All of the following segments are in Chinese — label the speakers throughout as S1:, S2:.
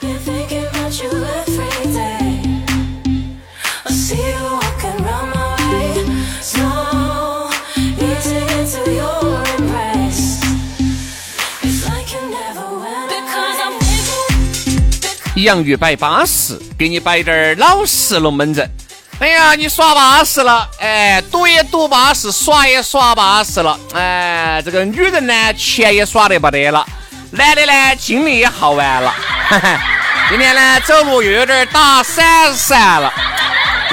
S1: Been thinking about you every day. I see you walking round my way. So easy into your embrace. It's like you never went because I'm thinking.
S2: 洋芋摆巴适，给你摆点儿老实龙门阵。哎呀，你耍巴适了，哎，赌也赌巴适，耍也耍巴适了，哎，这个女人呢，钱也耍得不得了，男的呢，精力也耗完了， 今天呢，走路又有点儿打闪闪了，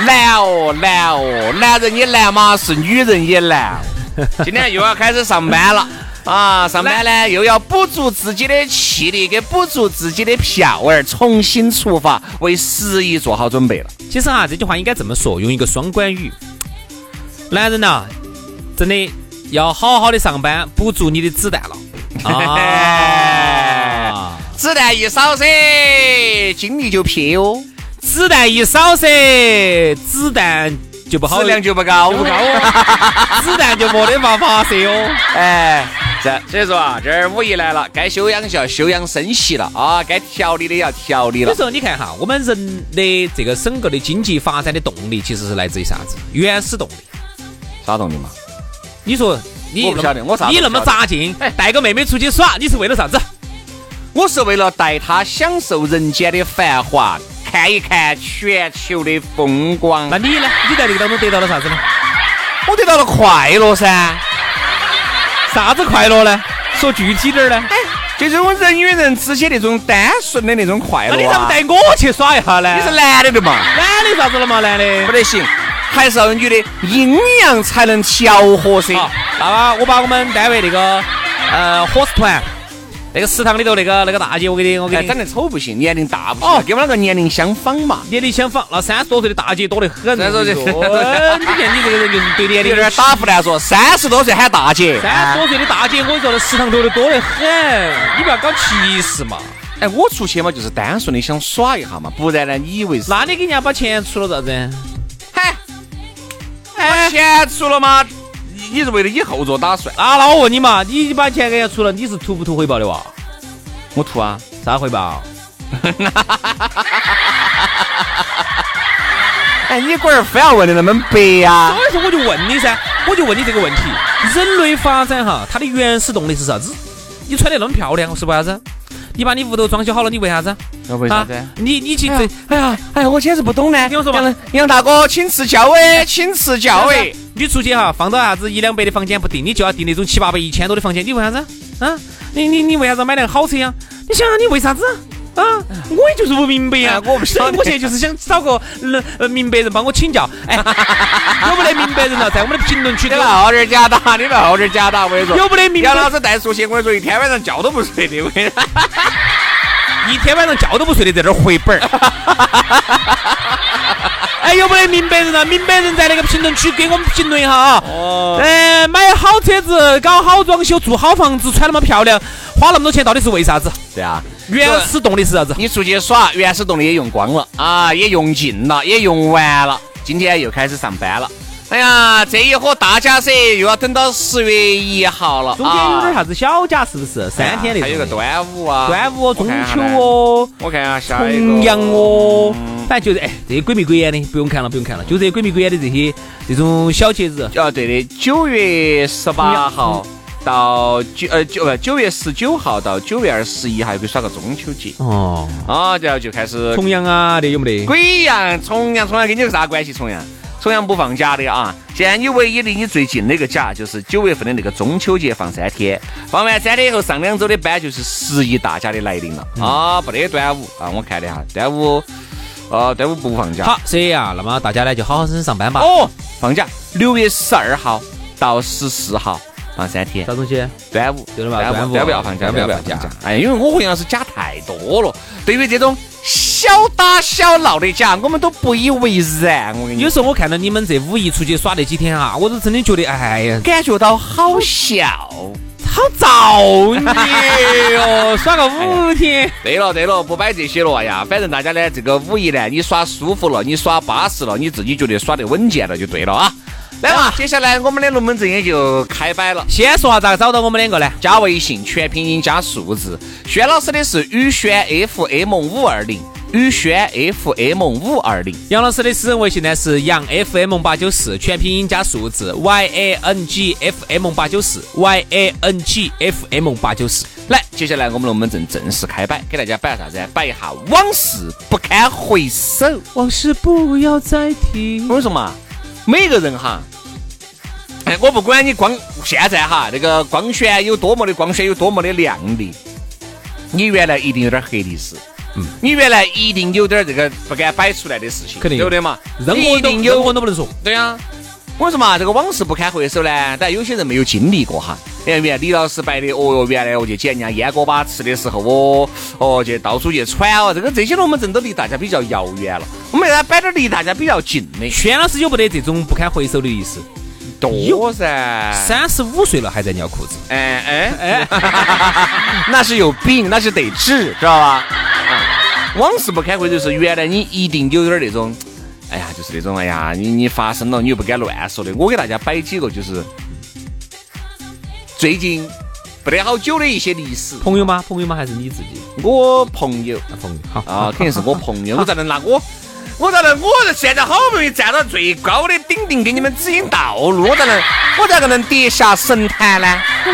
S2: 难哦难哦，男人也难嘛，是女人也难哦。今天又要开始上班了啊！上班呢，又要补足自己的气力，给补足自己的票儿，重新出发，为十一做好准备了。
S3: 其实啊，这句话应该这么说，用一个双关语。男人呐、真的要好好的上班，补足你的子弹了。啊，
S2: 哎子弹一扫射，精力就撇哦，
S3: 子弹哎一扫射，子弹就不好，
S2: 质量就不高
S3: 不高哦，子弹就没得法发射哦。
S2: 哎，这所以说啊，这儿五一来了，该休养就要休养生息了啊，该调理的也要调理
S3: 有
S2: 了。
S3: 时候你看哈，我们人的这个整个的经济发展的动力其实是来自于啥子？原始动力。
S2: 啥动力嘛？
S3: 你说你
S2: 我不晓得哎我啥都
S3: 你那么
S2: 不晓得
S3: 扎劲，带个妹妹出去耍，你是为了 啥子？
S2: 我是为了带她享受人间的繁华，看一看全球的风光
S3: 那。你呢？你在这个当中得到了啥子呢？
S2: 我得到了快乐噻。
S3: 啥子快乐呢？说具体点儿呢？
S2: 哎就是我人与人之间那种单纯的那种快乐、啊。
S3: 那你咋不带我去耍一下呢？
S2: 你是男的的嘛？
S3: 男的啥子了嘛？男
S2: 不
S3: 的。
S2: 得行，还是要有女的阴阳才能调和噻。
S3: 好，那么我把我们单位那个呃伙食团那个食堂里头那个那个大姐，我给你我给
S2: 哎，
S3: 你
S2: 长。得丑不行，年龄大不行，哦，跟我那个年龄相仿嘛。
S3: 年龄相仿，那三十多岁的大姐多得很。
S2: 三十多岁
S3: 我跟你说哎你看你这个人就是对年
S2: 有
S3: 龄
S2: 点打胡乱说，三十多岁喊大姐。
S3: 三十多岁的大姐，我跟你说，那食堂头的多得很，你不要搞歧视嘛。
S2: 哎，我出去嘛，就是单纯的想耍一下嘛，不然呢，你以为是？
S3: 那你给人家把钱出了咋子？
S2: 嗨，哎，钱出了吗？你你是为了以后做打算？
S3: 啊，那我问你嘛，你把钱给人家出了，你是图不图回报的哇？
S2: 我图啊，
S3: 啥回报？
S2: 哎，你龟儿非要问的那么白呀、
S3: 所以说我就问你噻，我就问你这个问题：人类发展哈，它的原始动力是啥子？你穿得那么漂亮是为啥子？你把你屋头装修好了，你为啥子？
S2: 要为啥子？
S3: 啊、你你去
S2: 哎
S3: 这
S2: 呀，哎呀，哎呀，我简直不懂呢。
S3: 听我说吧
S2: 杨杨大哥，请赐教哎，请赐教哎。
S3: 你出去哈，放到啥子一两百的房间不订，你就要订那种七八百、一千多的房间，你为啥子？啊，你你你为啥子要买辆好车呀、你想想你为啥子？啊，我也就是不明白呀、
S2: 哎我不晓得
S3: 我现在就是想找个呃呃明白人帮我请教。哎， 有没得明白人了，在我们的评论区
S2: 你
S3: 里
S2: 们好点假打，你们好点假打，我跟你说。
S3: 有没得明白
S2: 杨老师带出去，我跟你说，一天晚上觉都不睡的。我跟你说，
S3: 一天晚上觉都不睡的，在这儿回本儿。 哎，有没得明白人啊？明白人在那个评论区给我们评论一下啊！哦，哎，买好车子，搞好装修，住好房子，穿那么漂亮，花那么多钱到底是为啥子？
S2: 对啊，
S3: 原始动力是啥子？
S2: 你出去耍，原始动力也用光了啊，也用尽了，也用完了。今天又开始上班了。哎呀，这一伙大假噻，又要等到十月一号了
S3: 中间有点
S2: 啊
S3: 啥子小假是不是？三天
S2: 哎
S3: 那种。
S2: 还有个端午啊，
S3: 端午哦，中
S2: 看
S3: 秋
S2: 看呢
S3: 哦，
S2: 我看啊，下一个嗯
S3: 重阳哦，反正就是哎，这些鬼迷鬼眼的不用看了，不用看了，就这些鬼迷鬼眼的这些这种小节日。
S2: 哦，对的，九月十八号到九呃九不九月十九号到九月二十一还可以耍个中秋节
S3: 哦，
S2: 啊，然后就开始
S3: 重阳啊，那有没得？
S2: 鬼样重阳，重阳跟你有啥关系？重阳，同样不放假的啊。现在你唯一离你最近的一个假就是九月份的那个中秋节放三天，放完三天以后上两周的班就是十一大假的来临了啊，不得端午啊，我看了一下，端午，呃，端午不放假，
S3: 好，所以啊，那么大家呢就好好生生上班吧。
S2: 哦，放假，六月十二号到十四号放三天，
S3: 啥东西？
S2: 端午，
S3: 对了嘛
S2: 端
S3: 端
S2: 午，
S3: 午
S2: 端午要放假，
S3: 端午要
S2: 不
S3: 放假。
S2: 哎，因为我和杨老师假太多了，对于这种小打小闹的假，我们都不以为然。我跟你
S3: 有
S2: 说，
S3: 时候我看到你们这五一出去耍那几天啊，我都真的觉得，哎呀，
S2: 感觉到好笑。
S3: 好造孽 哟！耍个五天，
S2: 对了对了，不摆这些了哎呀，反正大家呢，这个五一呢，你耍舒服了，你耍巴适了，你自己觉得耍得稳健了就对了啊。来嘛，接下来我们的龙门阵也就开摆了。
S3: 先哎说下咋找到我们两个呢？
S2: 加微信，全拼音加数字。轩老师的是宇轩 FM 五二零，宇轩 FM 五二零。
S3: 杨老师的私人微信呢是杨 FM 八九四，全拼音加数字 Y A N G F M 八九四 Y A N G F M 八九四。
S2: 来，接下来我们龙门阵正式开摆，给大家摆啥子？摆一下往事不堪回首。
S3: 往事不要再提
S2: 我跟你说嘛，每个人哈，哎，我不管你光现在哈，那个光选有多么的光选，有多么的亮丽，你原来一定有点黑历史。嗯，你原来一定有点这个不敢摆出来的事情，
S3: 肯定
S2: 对不对嘛？
S3: 任何
S2: 一
S3: 人都
S2: 定有
S3: 任何人都不能说。
S2: 对呀、我说啊嘛，这个往事不堪回首呢，但有些人没有经历过哈。你看，原李老师摆的，哦哟，原来我去捡人家烟锅巴吃的时候，哦哦，去到处去窜哦，这个这些龙门阵都离大家比较遥远了。我们给他摆点离大家比较近的，
S3: 轩老师有没得这种不堪回首的意思？
S2: 多噻。
S3: 三十五岁了还在尿裤子，
S2: 哎哎哎， 那是有病，那是得治，知道吧？啊，往事不堪回首是原来你一定有点那种，哎呀，就是那种哎呀，你你发生了你又不敢乱哎说的。我给大家摆几个就是最近不得好久的一些历史。
S3: 朋友吗？朋友吗？还是你自己？
S2: 我朋友
S3: 啊，朋友。好
S2: 啊，肯定是我朋友，我咋能拿我？我咋能？我现在好不容易站到最高的顶顶，给你们指引道路，我咋能？我咋个能跌下神坛呢？啊！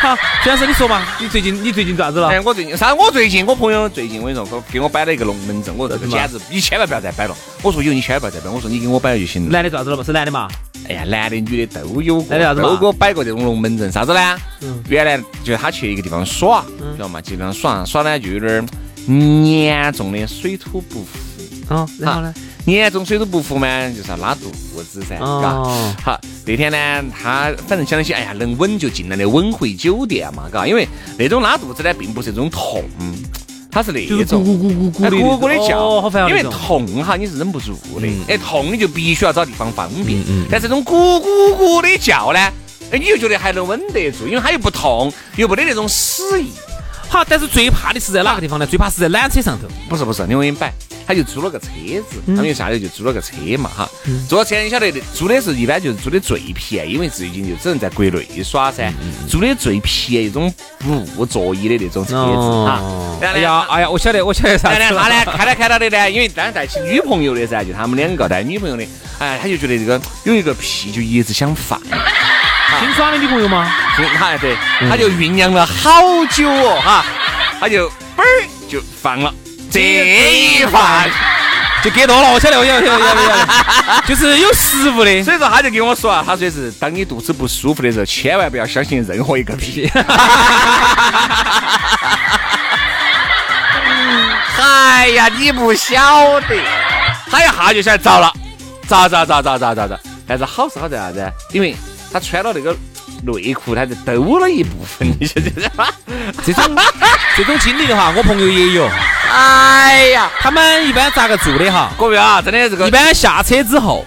S3: 好，轩老师你说嘛？你最近你最近咋子了？
S2: 哎，我最近啥？我最近我朋友最近我跟你说，给我摆了一个龙门阵，我这个
S3: 是吗
S2: 简直你千万不要再摆了。我说有你千万不要再摆，我说你给我摆就行了。
S3: 男的咋子了嘛？是男的嘛？
S2: 哎呀，男的女的都有过
S3: 来啥，子嘛
S2: 都给我摆过这种龙门阵，啥子呢？
S3: 嗯
S2: 原来就是他去一个地方耍，知道吗？去地方耍耍呢就有点儿严重的水土不服。
S3: 啊，然后呢？
S2: 严重水土不服嘛，就是要拉肚子噻，嘎、
S3: 哦
S2: 好，那天呢，他反正想了些，哎呀，能稳就尽量的稳回酒店嘛，嘎，因为那种拉肚子呢，并不是一种痛，它是那
S3: 就是咕
S2: 种。
S3: 咕咕咕咕
S2: 哎，
S3: 的，
S2: 咕咕咕的叫，
S3: 哦，好烦啊！
S2: 因为
S3: 那种
S2: 痛哈，你是忍不住的，哎，痛你就必须要找地方方便
S3: 嗯嗯。
S2: 但是这种咕咕咕的叫呢，哎，你又觉得还能稳得住，因为它又不痛，又没得那种死意。
S3: 好，但是最怕的是在哪个地方呢？最怕是在缆车上头。
S2: 不是不是，你我给你摆，他就租了个车子，
S3: 嗯
S2: 他们就下来就租了个车嘛哈，租了车你晓得的租的是一般就是租的最便宜，因为最近就只能在国内耍
S3: 嗯
S2: 噻，租的最便宜一种不座椅的那种车子哈，然后
S3: 哎
S2: 呢
S3: 呀，哎呀，我晓得，我晓得啥
S2: 然
S3: 子
S2: 后呢，
S3: 了
S2: 他呢开了开到的呢，因为当时带起女朋友的噻，就他们两个带女朋友的，哎，他就觉得这个有一个屁就一直想 放，
S3: 新耍的女朋友吗？嗯
S2: 所以他哎对，他就酝酿了好久哦哈，他就嘣儿就放了，这一放。
S3: 就给多了，我晓得，我晓得，我晓得，我晓得，就是有食物的。
S2: 所以说，他就跟我说啊，他说是当你肚子不舒服的时候，千万不要相信任何一个屁。 哎呀，你不晓得，他一下就想遭了，遭遭遭遭遭遭遭。但是好是好在啥子？啊因为他穿了那个内裤，他就兜了一部分，你晓得 吗？
S3: 这种这种经历的话，我朋友也有。
S2: 哎呀，
S3: 他们一般咋个做的哈？
S2: 各位啊，真的这个
S3: 一般下车之后，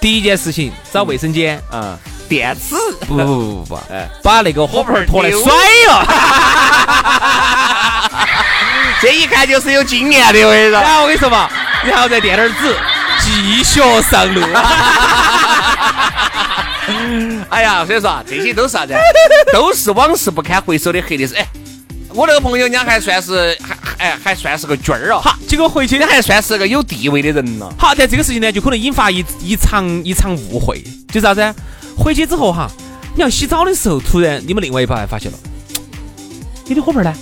S3: 第一件事情找卫生间，
S2: 嗯，电子
S3: 不不不不不
S2: 哎，
S3: 把那个火盆儿拖来甩了。
S2: 这一看就是有经验的，我跟你说。
S3: 然后我跟你说嘛，然后再垫点儿纸，继续上路。
S2: 哎呀，所以说啊，这些都是啥子？ 都是往事不堪回首的黑历史。哎，我那个朋友，人家还算是还还哎还算是个军儿啊，
S3: 好，结果回去
S2: 人家还算是个有地位的人了。
S3: 好，但这个事情呢，就可能引发一一场一场误会，就是啥子呢？回去之后哈，你要洗澡的时候，突然你们另外一半还发现了，你的伙伴呢？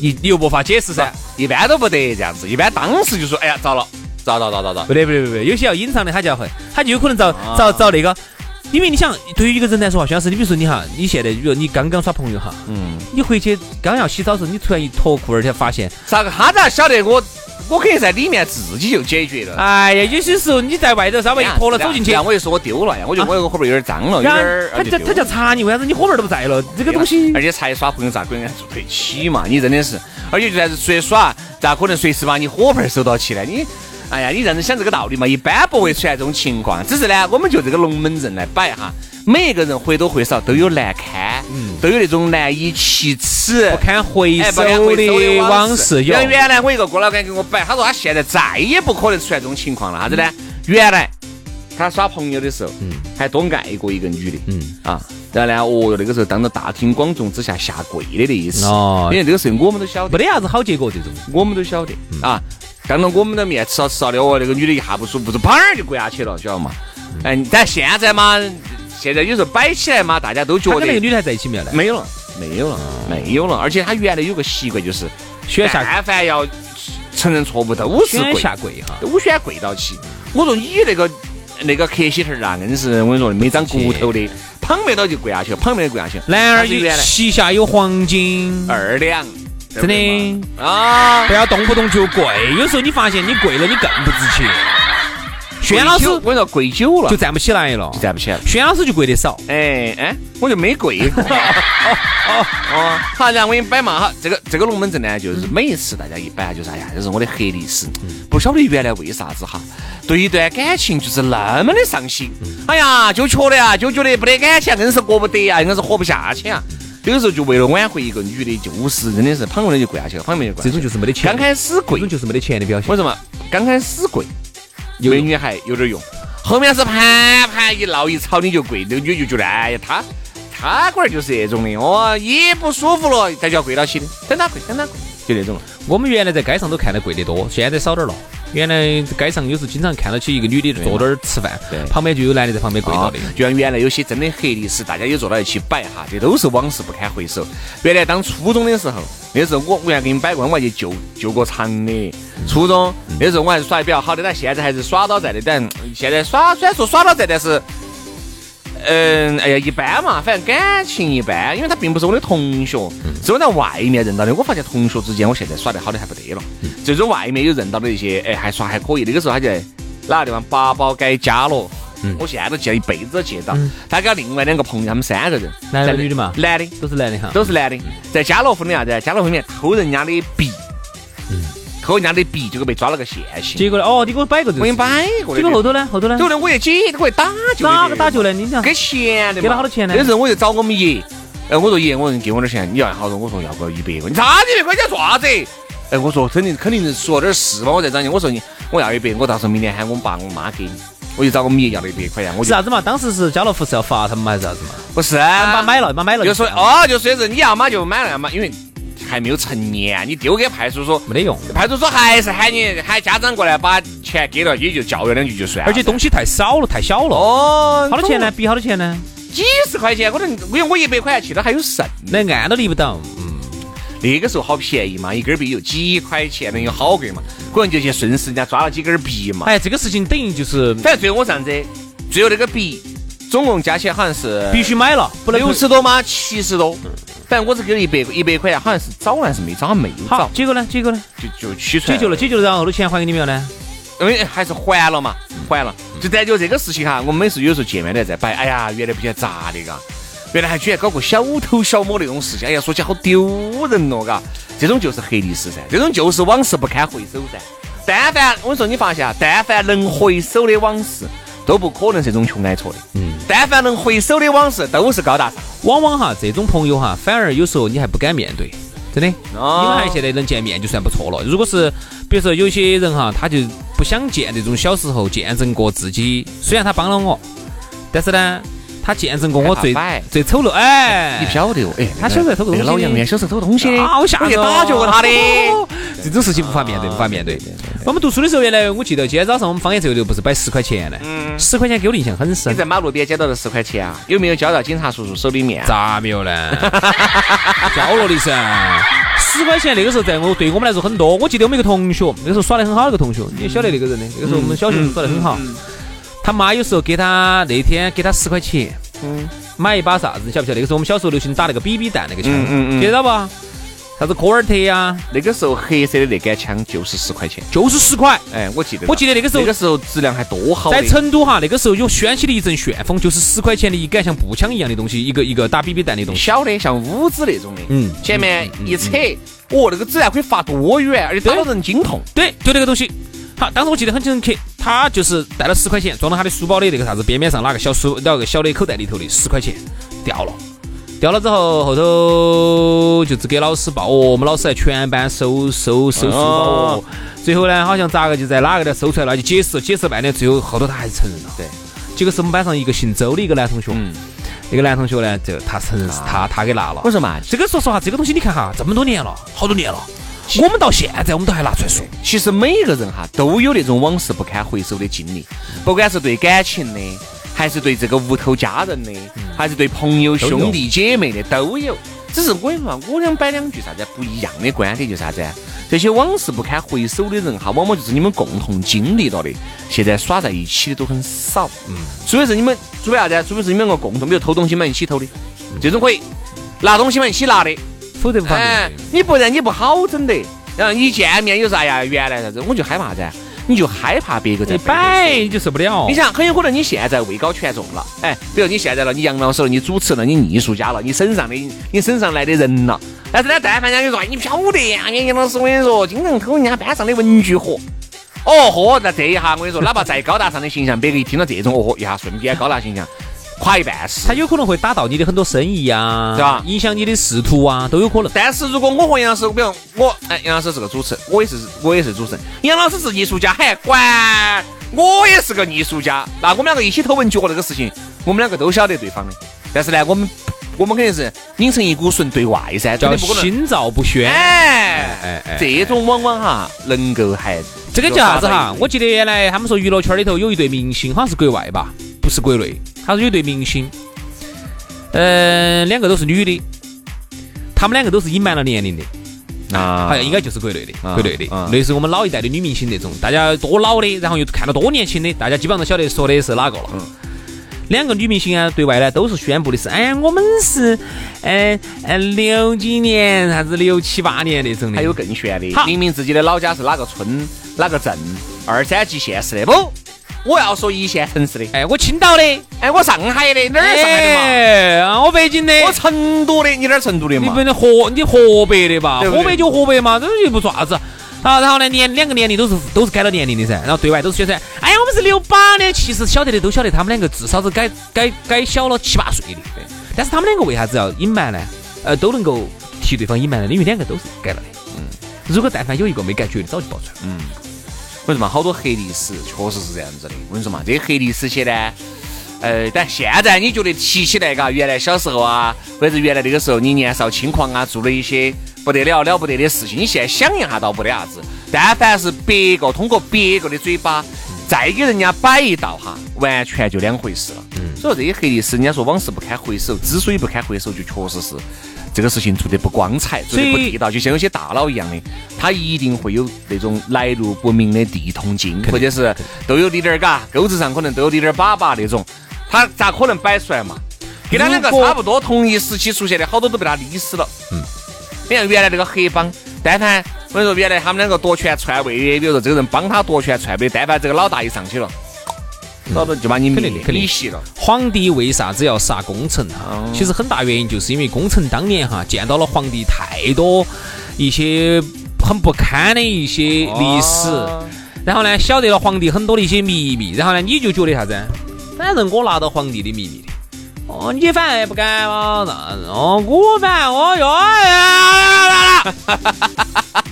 S3: 你你又没法解释噻。
S2: 一般都不得这样子，一般当时就说，哎呀，糟了。咋咋咋咋咋？
S3: 不得不得不得，有些要隐藏的他就要会，他就有可能找
S2: 啊
S3: 找找那个，因为你想，对于一个人来说啊，徐老师，你比如说你哈，你现在比如你刚刚耍朋友哈，
S2: 嗯，
S3: 你回去刚要洗澡的时候，你突然一脱裤儿，才发现，
S2: 咋个他咋晓得我？我可以在里面自己就解决了。
S3: 哎呀，有些时候你在外头稍
S2: 哎
S3: 微一脱了走进去，
S2: 然后我就说我丢了呀，我觉得我有个伙伴有点脏了，有
S3: 然
S2: 点
S3: 后
S2: 儿
S3: 他叫他叫查你，为啥子你伙伴都不在了？这个东西
S2: 而且才耍朋友咋可能住得起嘛？你真的是，而且就算是出去耍，咋可能随时把你伙伴收到起来？你，哎呀，你认真想这个道理嘛，一般不会出现这种情况。只是呢，我们就这个龙门阵来摆哈，每一个人或多或少都有难堪，
S3: 嗯
S2: 都有那种难以启齿
S3: 不。堪回
S2: 哎，不
S3: 首
S2: 敢回首
S3: 的
S2: 的
S3: 往
S2: 往
S3: 事
S2: 事。
S3: 有
S2: 原。原来我一个哥老倌给我摆，他说他现在再也不可能出现这种情况了，啥子呢？原来他耍朋友的时候，
S3: 嗯
S2: 还多爱过一个女的，嗯啊，然后呢，哦哟，那个时候当着大庭广众之下下跪的那一次，
S3: 哦
S2: 因为这个事情我们都晓得，
S3: 没得啥子好结果，这种
S2: 我们都晓得
S3: 嗯
S2: 啊，当着我们的面吃到吃到的，哦，那个女的一下不舒服，就砰儿就跪下去了，晓得嘛？
S3: 嗯
S2: 哎，但现在嘛，现在有时候摆起来嘛，大家都觉得
S3: 他跟那个女的哦还在一起没有呢？
S2: 没有了，没有了，没有了。而且他原来有个习惯，就是
S3: 选下
S2: 但凡要承认错误，都是
S3: 选
S2: 跪，
S3: 下跪哈，
S2: 都选跪到起。我说你那个那个克西头儿啊，硬是我跟你说没长骨头的，旁边到就跪下去了，旁边跪下去了。
S3: 男儿
S2: 他是
S3: 有
S2: 原来
S3: 膝下有黄金，
S2: 二两，对
S3: 真
S2: 不对嘛
S3: 的
S2: 啊
S3: 不！要动不动就跪。有时候你发现你跪了，你更不值钱。轩老师
S2: 跪久我跟你说跪久了
S3: 就站不起来了
S2: 就，站不起来了。
S3: 轩老师就跪得少。
S2: 哎哎，我就没跪过。哦，好，然后我给你摆嘛哈，这个这个龙门阵呢，就是每一次大家一摆就是哎呀，这是我的黑历史，不晓得原来为啥子哈，对一段感情就是那么的上心，哎呀，就觉得啊，就觉得没得感情啊，硬是过不得呀，硬是活不下去啊。有的时候就为了挽回一个女的，就是真的是旁边的就跪下去了，旁边就跪下
S3: 这
S2: 去了。
S3: 种就是没得钱，
S2: 刚开始
S3: 这
S2: 跪
S3: 种，就是没得钱的表现
S2: 为。什么？刚开始跪，对女孩有点用，后面是盘盘一闹一吵你就跪，那个女就觉得哎呀，她她龟儿就是这种的，哦，一不舒服了，她就要跪到起的，等她跪，等她跪，就那种了。
S3: 我们原来在街上都看得贵得多，现在少点儿了。原来街上有时候经常看到起一个女的坐那儿吃饭
S2: 对，
S3: 旁边就有男的在旁边跪到
S2: 啊
S3: 的。
S2: 就像原来有些真的黑历史，大家也坐到一起摆哈，这都是往事不堪回首。原来当初中的时候，那时候我我还给你摆过，我还去救救过场的。初中那时候我还是耍的比较好的，但现在还是耍到在的，但现在耍虽然说耍到在，但是。嗯，哎呀，一般嘛，反正感情一般，因为他并不是我的同学，
S3: 嗯
S2: 是我在外面认到的。我发现同学之间，我现在耍得好的还不得了，
S3: 嗯
S2: 这种外面有认到的一些，哎，还耍还可以。那个时候他在哪个地方八宝街家乐，
S3: 嗯
S2: 我现在都记得一辈子都记得到。他跟另外两个朋友，他们三个人，
S3: 男的
S2: 在那
S3: 女的嘛嗯
S2: 男的
S3: 都是男的哈，
S2: 都是男的，在家乐福的啥子？家乐福里面偷人家的笔，
S3: 嗯
S2: 偷人家的笔，结果被抓了个现行。
S3: 结果呢？哦，你给我摆个
S2: 我
S3: 这个
S2: 给你，摆过来的，
S3: 结果后头呢？后头呢？
S2: 后头我一解，我一打就
S3: 哪个打球呢？你讲
S2: 给钱的嘛，
S3: 嗯给了好多钱呢
S2: 那时候我就找我们爷，哎，我说爷，我说给我点钱，你要好多，我说要不要一百块？你啥一百块钱做啥子？哎，我说肯定肯定是说点事嘛，我再找你。我说你我要一百，我到时候明天喊我爸我妈给你。我就找我们爷要了一百块钱，我
S3: 是
S2: 就
S3: 啊啥子嘛？当时是家乐福是要罚他们吗还是啥子嘛？
S2: 不是
S3: 妈
S2: 妈
S3: 买了，妈买了，
S2: 就说哦，就说是你要嘛就买了嘛，因为还没有成年，你丢给派出所，
S3: 没得用，
S2: 派出所还是喊你喊家长过来把钱给了，也就教育两句就算了。
S3: 而且东西太少了，太小了。
S2: 哦，
S3: 好多钱呢？？比好多钱呢？
S2: 几十块钱，可能因为我一百块钱去了还有剩。
S3: 那按都立不到。
S2: 那个时候好便宜嘛，一根儿币有几块钱，能有好贵嘛？可能就去顺势人家抓了几根儿币嘛。
S3: 哎，这个事情等于就是
S2: 反正最后我啥子？最后那个币总共加起来好像是
S3: 必须买了，不能
S2: 六十多吗？七十多。反正我只给了一百一百块钱，好像是找还是没找，好像没有
S3: 好
S2: 找，，
S3: 结果呢？结果呢？
S2: 就就取出来
S3: 解决了，，解决了，然后后头钱还给你没有呢？
S2: 因为还是还了嘛，还了。就但就这个事情哈，我们每次有时候见面的在摆，哎呀，原来不晓得咋的嘎，原来还居然搞过小偷小摸那种事情，哎呀，说起来好丢人哦嘎。这种就是黑历史噻，这种就是往事不堪回首噻。但凡我跟你说，你发现啊，但凡能回首的往事，都不可能是一种穷挨错的。嗯，但凡能回首的往事，都是高大上。
S3: 往往哈，这种朋友哈，反而有时候你还不敢面对，真的。
S2: 哦
S3: 你们还现在能见面就算不错了。如果是比如说有些人哈，他就不想见这种小时候见证过自己，虽然他帮了我，但是呢，他见证过我
S2: 害怕
S3: 最
S2: 摆
S3: 最丑陋，哎，
S2: 你不晓得哦，哎，
S3: 他小时候偷过
S2: 那个
S3: 东
S2: 老
S3: 西
S2: 杨原来小时候偷东西的，
S3: 啊，我吓
S2: 我去
S3: 着
S2: 打脚过他的。
S3: 这种事情无法面对，无法面哎啊对。我们读书的时候原来，我记得今天早上我们方言社六不是摆十块钱呢，十块钱给我的印象很深
S2: 你。在马路边捡到的十块钱 啊，有没有交到警察叔叔手里面啊？
S3: 咋没有呢？交了的噻，十块钱那个时候在我对我们来说很多。我记得我们一个同学，那个时候耍得很好的一个同学，你也晓得那个人的，那个时
S2: 嗯
S3: 候我们小学时候耍得很好。他妈有时候给他那天给他十块钱，嗯，买一把啥子，你晓不晓得？那个时候我们小时候流行打那个 BB 弹那个枪，
S2: 嗯嗯嗯
S3: 记得到不？啥子科尔特呀，
S2: 那个时候黑色的那杆枪就是十块钱，
S3: 就是啊十块。
S2: 哎，我记得，
S3: 我记得那个时候
S2: 那个时候质量还多好的
S3: 在成都哈，那个时候又掀起了一阵旋风，就是十块钱的一杆像步枪一样的东西，一个一个打 BB 弹的东西。
S2: 小的，像五指那种的，
S3: 嗯
S2: 前面一扯，哦，那个子弹可以发多远，而且打到人惊痛。
S3: 对，就那个东西。好，当时我记得很深刻，他就是带了十块钱，装到他的书包的那个啥子边边上哪个小书那个小的口袋里头的十块钱掉了，掉了之后后头就只给老师报，哦，我们老师在全班搜搜搜书包，哦、最后呢好像咋个就在哪个的搜出来了，就解释解释半天，最后后头他还是承认了。
S2: 对，
S3: 结果是我们班上一个姓周的一个男同学，
S2: 嗯啊
S3: 那个男同学呢就他承认是他他给拿了。
S2: 我说嘛，
S3: 这个说实话，这个东西你看哈，这么多年了，好多年了，我们到现在我们都还拿出来说。
S2: 其实每个人哈都有那种往事不堪回首的经历，不管是对感情的，还是对这个屋头家人的，还是对朋友
S3: 都有
S2: 兄弟姐妹的嗯都有。只是我跟你说嘛，我想摆两句啥子啊不一样的观点，就是啥子啊？这些往事不堪回首的人哈，往往就是你们共同经历到的，现在耍在一起的都很少。嗯，除非是你们，除非啥子啊？除非是你们两个共同，比如偷东西嘛一起偷的，这种可以；拿东西嘛一起拿的，
S3: 否则不方
S2: 哎
S3: 便。，
S2: 你不然你不好整得。然后一见面有啥呀？原来啥子，我就害怕噻，你就害怕别个在
S3: 你
S2: 背后说
S3: 摆你就受不了。
S2: 你想，很有可能你现在位高权重了，哎，比如你现在了，你杨老师了，你主持了，你艺术家了，你身上的你身上来的人了，但是呢，但凡人家就说，哎你晓得呀，你杨老师，我跟你说，经常偷人家班上的文具盒。哦豁，那这一下我跟你说，哪怕再高大上的形象，别个一听到这种，哦豁，一下瞬间高大形象垮一半是
S3: 他。有可能会打到你的很多生意啊，
S2: 对吧
S3: 影响你的仕途啊，都有可能。
S2: 但是如果我和杨老师，比如我，哎，杨老师是个主持，我也是，我也是主持人。杨老师是艺术家，嘿，管我也是个艺术家。那我们两个一起偷文具盒那个事情，我们两个都晓得对方的。但是呢，我们我们肯定是拧成一股绳对外噻，真
S3: 叫
S2: 的不可能。
S3: 心照不宣，
S2: 哎
S3: 哎哎，
S2: 这种往往哈能够还
S3: 这个叫啥子哈？我记得原来他们说娱乐圈里头有一对明星，好像是国外吧，不是国内，他说有一对明星，嗯、两个都是女的，他们两个都是隐瞒了年龄的，
S2: 啊
S3: 好像应该就是国内的，
S2: 啊
S3: 国内的
S2: 啊，
S3: 类似我们老一代的女明星那种，大家多老的，然后又看到多年轻的，大家基本上都晓得说的是哪个
S2: 嗯
S3: 了。两个女明星啊，对外呢都是宣布的是，哎呀，我们是，嗯嗯，六几年啥子六七八年那种的，
S2: 还有更悬的
S3: 好，
S2: 明明自己的老家是哪个村、哪个镇、二三级县市的，不，我要说一线城市的。
S3: 哎，我青岛的，
S2: 哎，我上海的，哪儿上海的嘛？
S3: 哎，啊我北京的，
S2: 我成都的，你哪儿成都的
S3: 你
S2: 嘛
S3: 不？能河，你河北的吧？
S2: 对不
S3: 河
S2: 对
S3: 北就河北嘛，这又不爪子。好，然后呢，年两个年龄都是都是改了年龄的噻，然后对外都是宣传，哎呀，我们是六八的，其实晓得的都晓得，他们两个至少是改改改小了七八岁的，但是他们两个为啥子要隐瞒呢？呃，都能够替对方隐瞒的，因为两个都是改了的。嗯，如果但凡有一个没感觉的，早就爆出来了。
S2: 为什么好多黑历史确实是这样子的？我跟你说嘛，这些黑历史些呢，呃，但现在你觉得提起来，嘎，原来小时候啊，或者是原来那个时候你年少轻狂啊，做了一些不得了了不得的事情，你现在想一下倒不得啥子。但凡是别个通过别个的嘴巴
S3: 嗯
S2: 再给人家摆一道哈，完全就两回事了。
S3: 嗯
S2: 所以说这些黑历史，人家说往事不堪回首，之所以不堪回首，就确实是。这个事情做得不光彩，做得不
S3: 所以
S2: 地道，就像有些大佬一样的，他一定会有那种来路不明的地通经，或者是都有滴点儿嘎，钩子上可能都有滴点儿粑粑那种，他咋可能摆出来嘛？跟他两个
S3: 如果
S2: 差不多同一时期出现的，好多都被他勒死了。嗯，你看原来那个黑帮，但凡我跟你说，原来他们两个夺权篡位的，比如说这个人帮他夺权篡位，但凡这个老大一上去了，老子就把你
S3: 嗯肯定的
S2: 米
S3: 肯定的
S2: 米洗了。
S3: 皇帝为啥子要杀功臣哈？其实很大原因就是因为功臣当年哈见到了皇帝太多一些很不堪的一些历史，
S2: 哦
S3: 然后呢晓得了皇帝很多的一些秘密，然后呢你就觉得啥子？反正我拿到皇帝的秘密的。哦，你反正也不敢嘛，那哦，我反正我哟，哎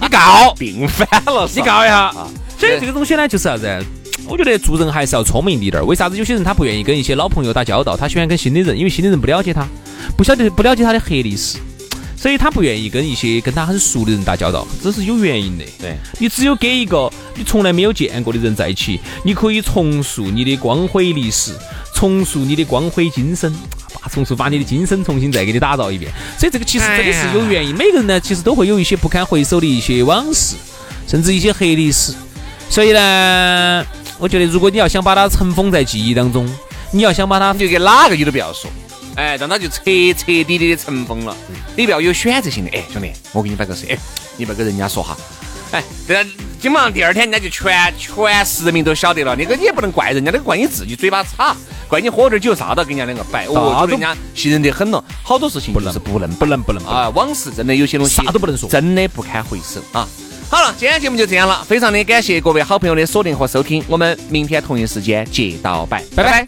S3: 你告，
S2: 病犯了，
S3: 你
S2: 是吧？啊
S3: 告一下。所以这个东西呢，就是啥子？我觉得做人还是要聪明一点儿。为啥子有些人他不愿意跟一些老朋友打交道，他喜欢跟新的人，因为新的人不了解他，不晓得不了解他的黑历史，所以他不愿意跟一些跟他很熟的人打交道，这是有原因的。
S2: 对，
S3: 你只有跟一个你从来没有见过的人在一起，你可以重塑你的光辉历史，重塑你的光辉今生，巴重塑，把你的精神重新再给你打造一遍。所以这个其实真的是有
S2: 哎
S3: 原因，每个人呢其实都会有一些不堪回首的一些往事，甚至一些黑历史。所以呢，我觉得如果你要想把它尘封在记忆当中，你要想把它
S2: 你就给哪个你都不要说，哎，让他就彻彻底底的尘封了。
S3: 嗯
S2: 你不要有选择性的，哎，兄弟，我给你摆个事，哎，你不要跟人家说哈，哎，等下基本上第二天人家就全全市民都晓得了，那个你也不能怪人家，那个怪你自己嘴巴差，怪你喝点酒啥都跟人家两个摆，哦，觉
S3: 啥都
S2: 得人家信任得很了，好多事情就是不能
S3: 不能不能不能
S2: 啊，往事真的有些东西
S3: 啥都不能说
S2: 真的不堪回首啊。好了，今天节目就这样了，非常的感谢各位好朋友的锁定和收听，我们明天同一时间接到拜，
S3: 拜拜
S2: 拜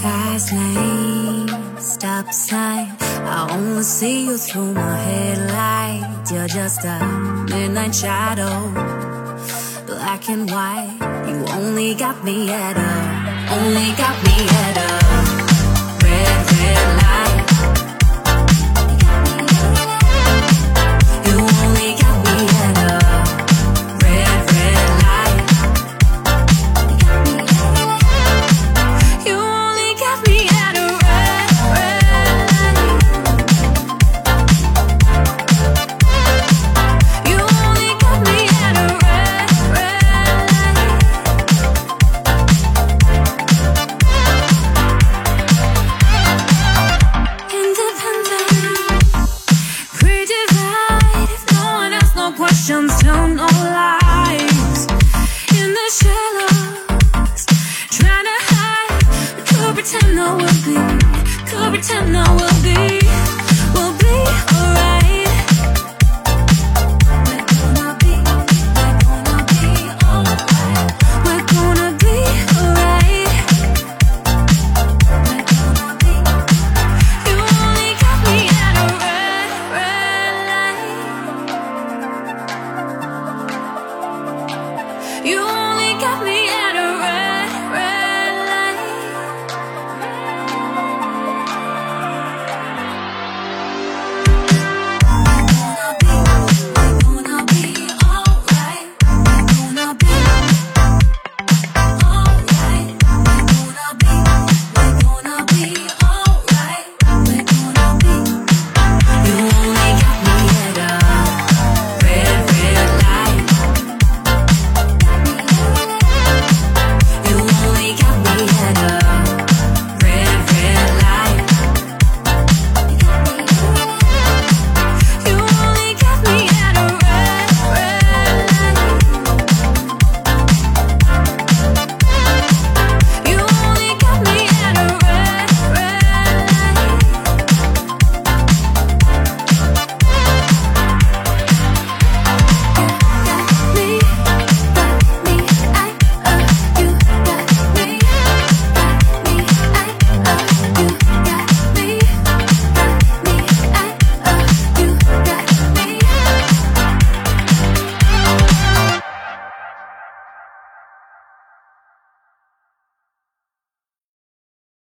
S1: Fast lane, stop sign. I only see you through my headlight. You're just a midnight shadow, black and white. You only got me at a, only got me at a.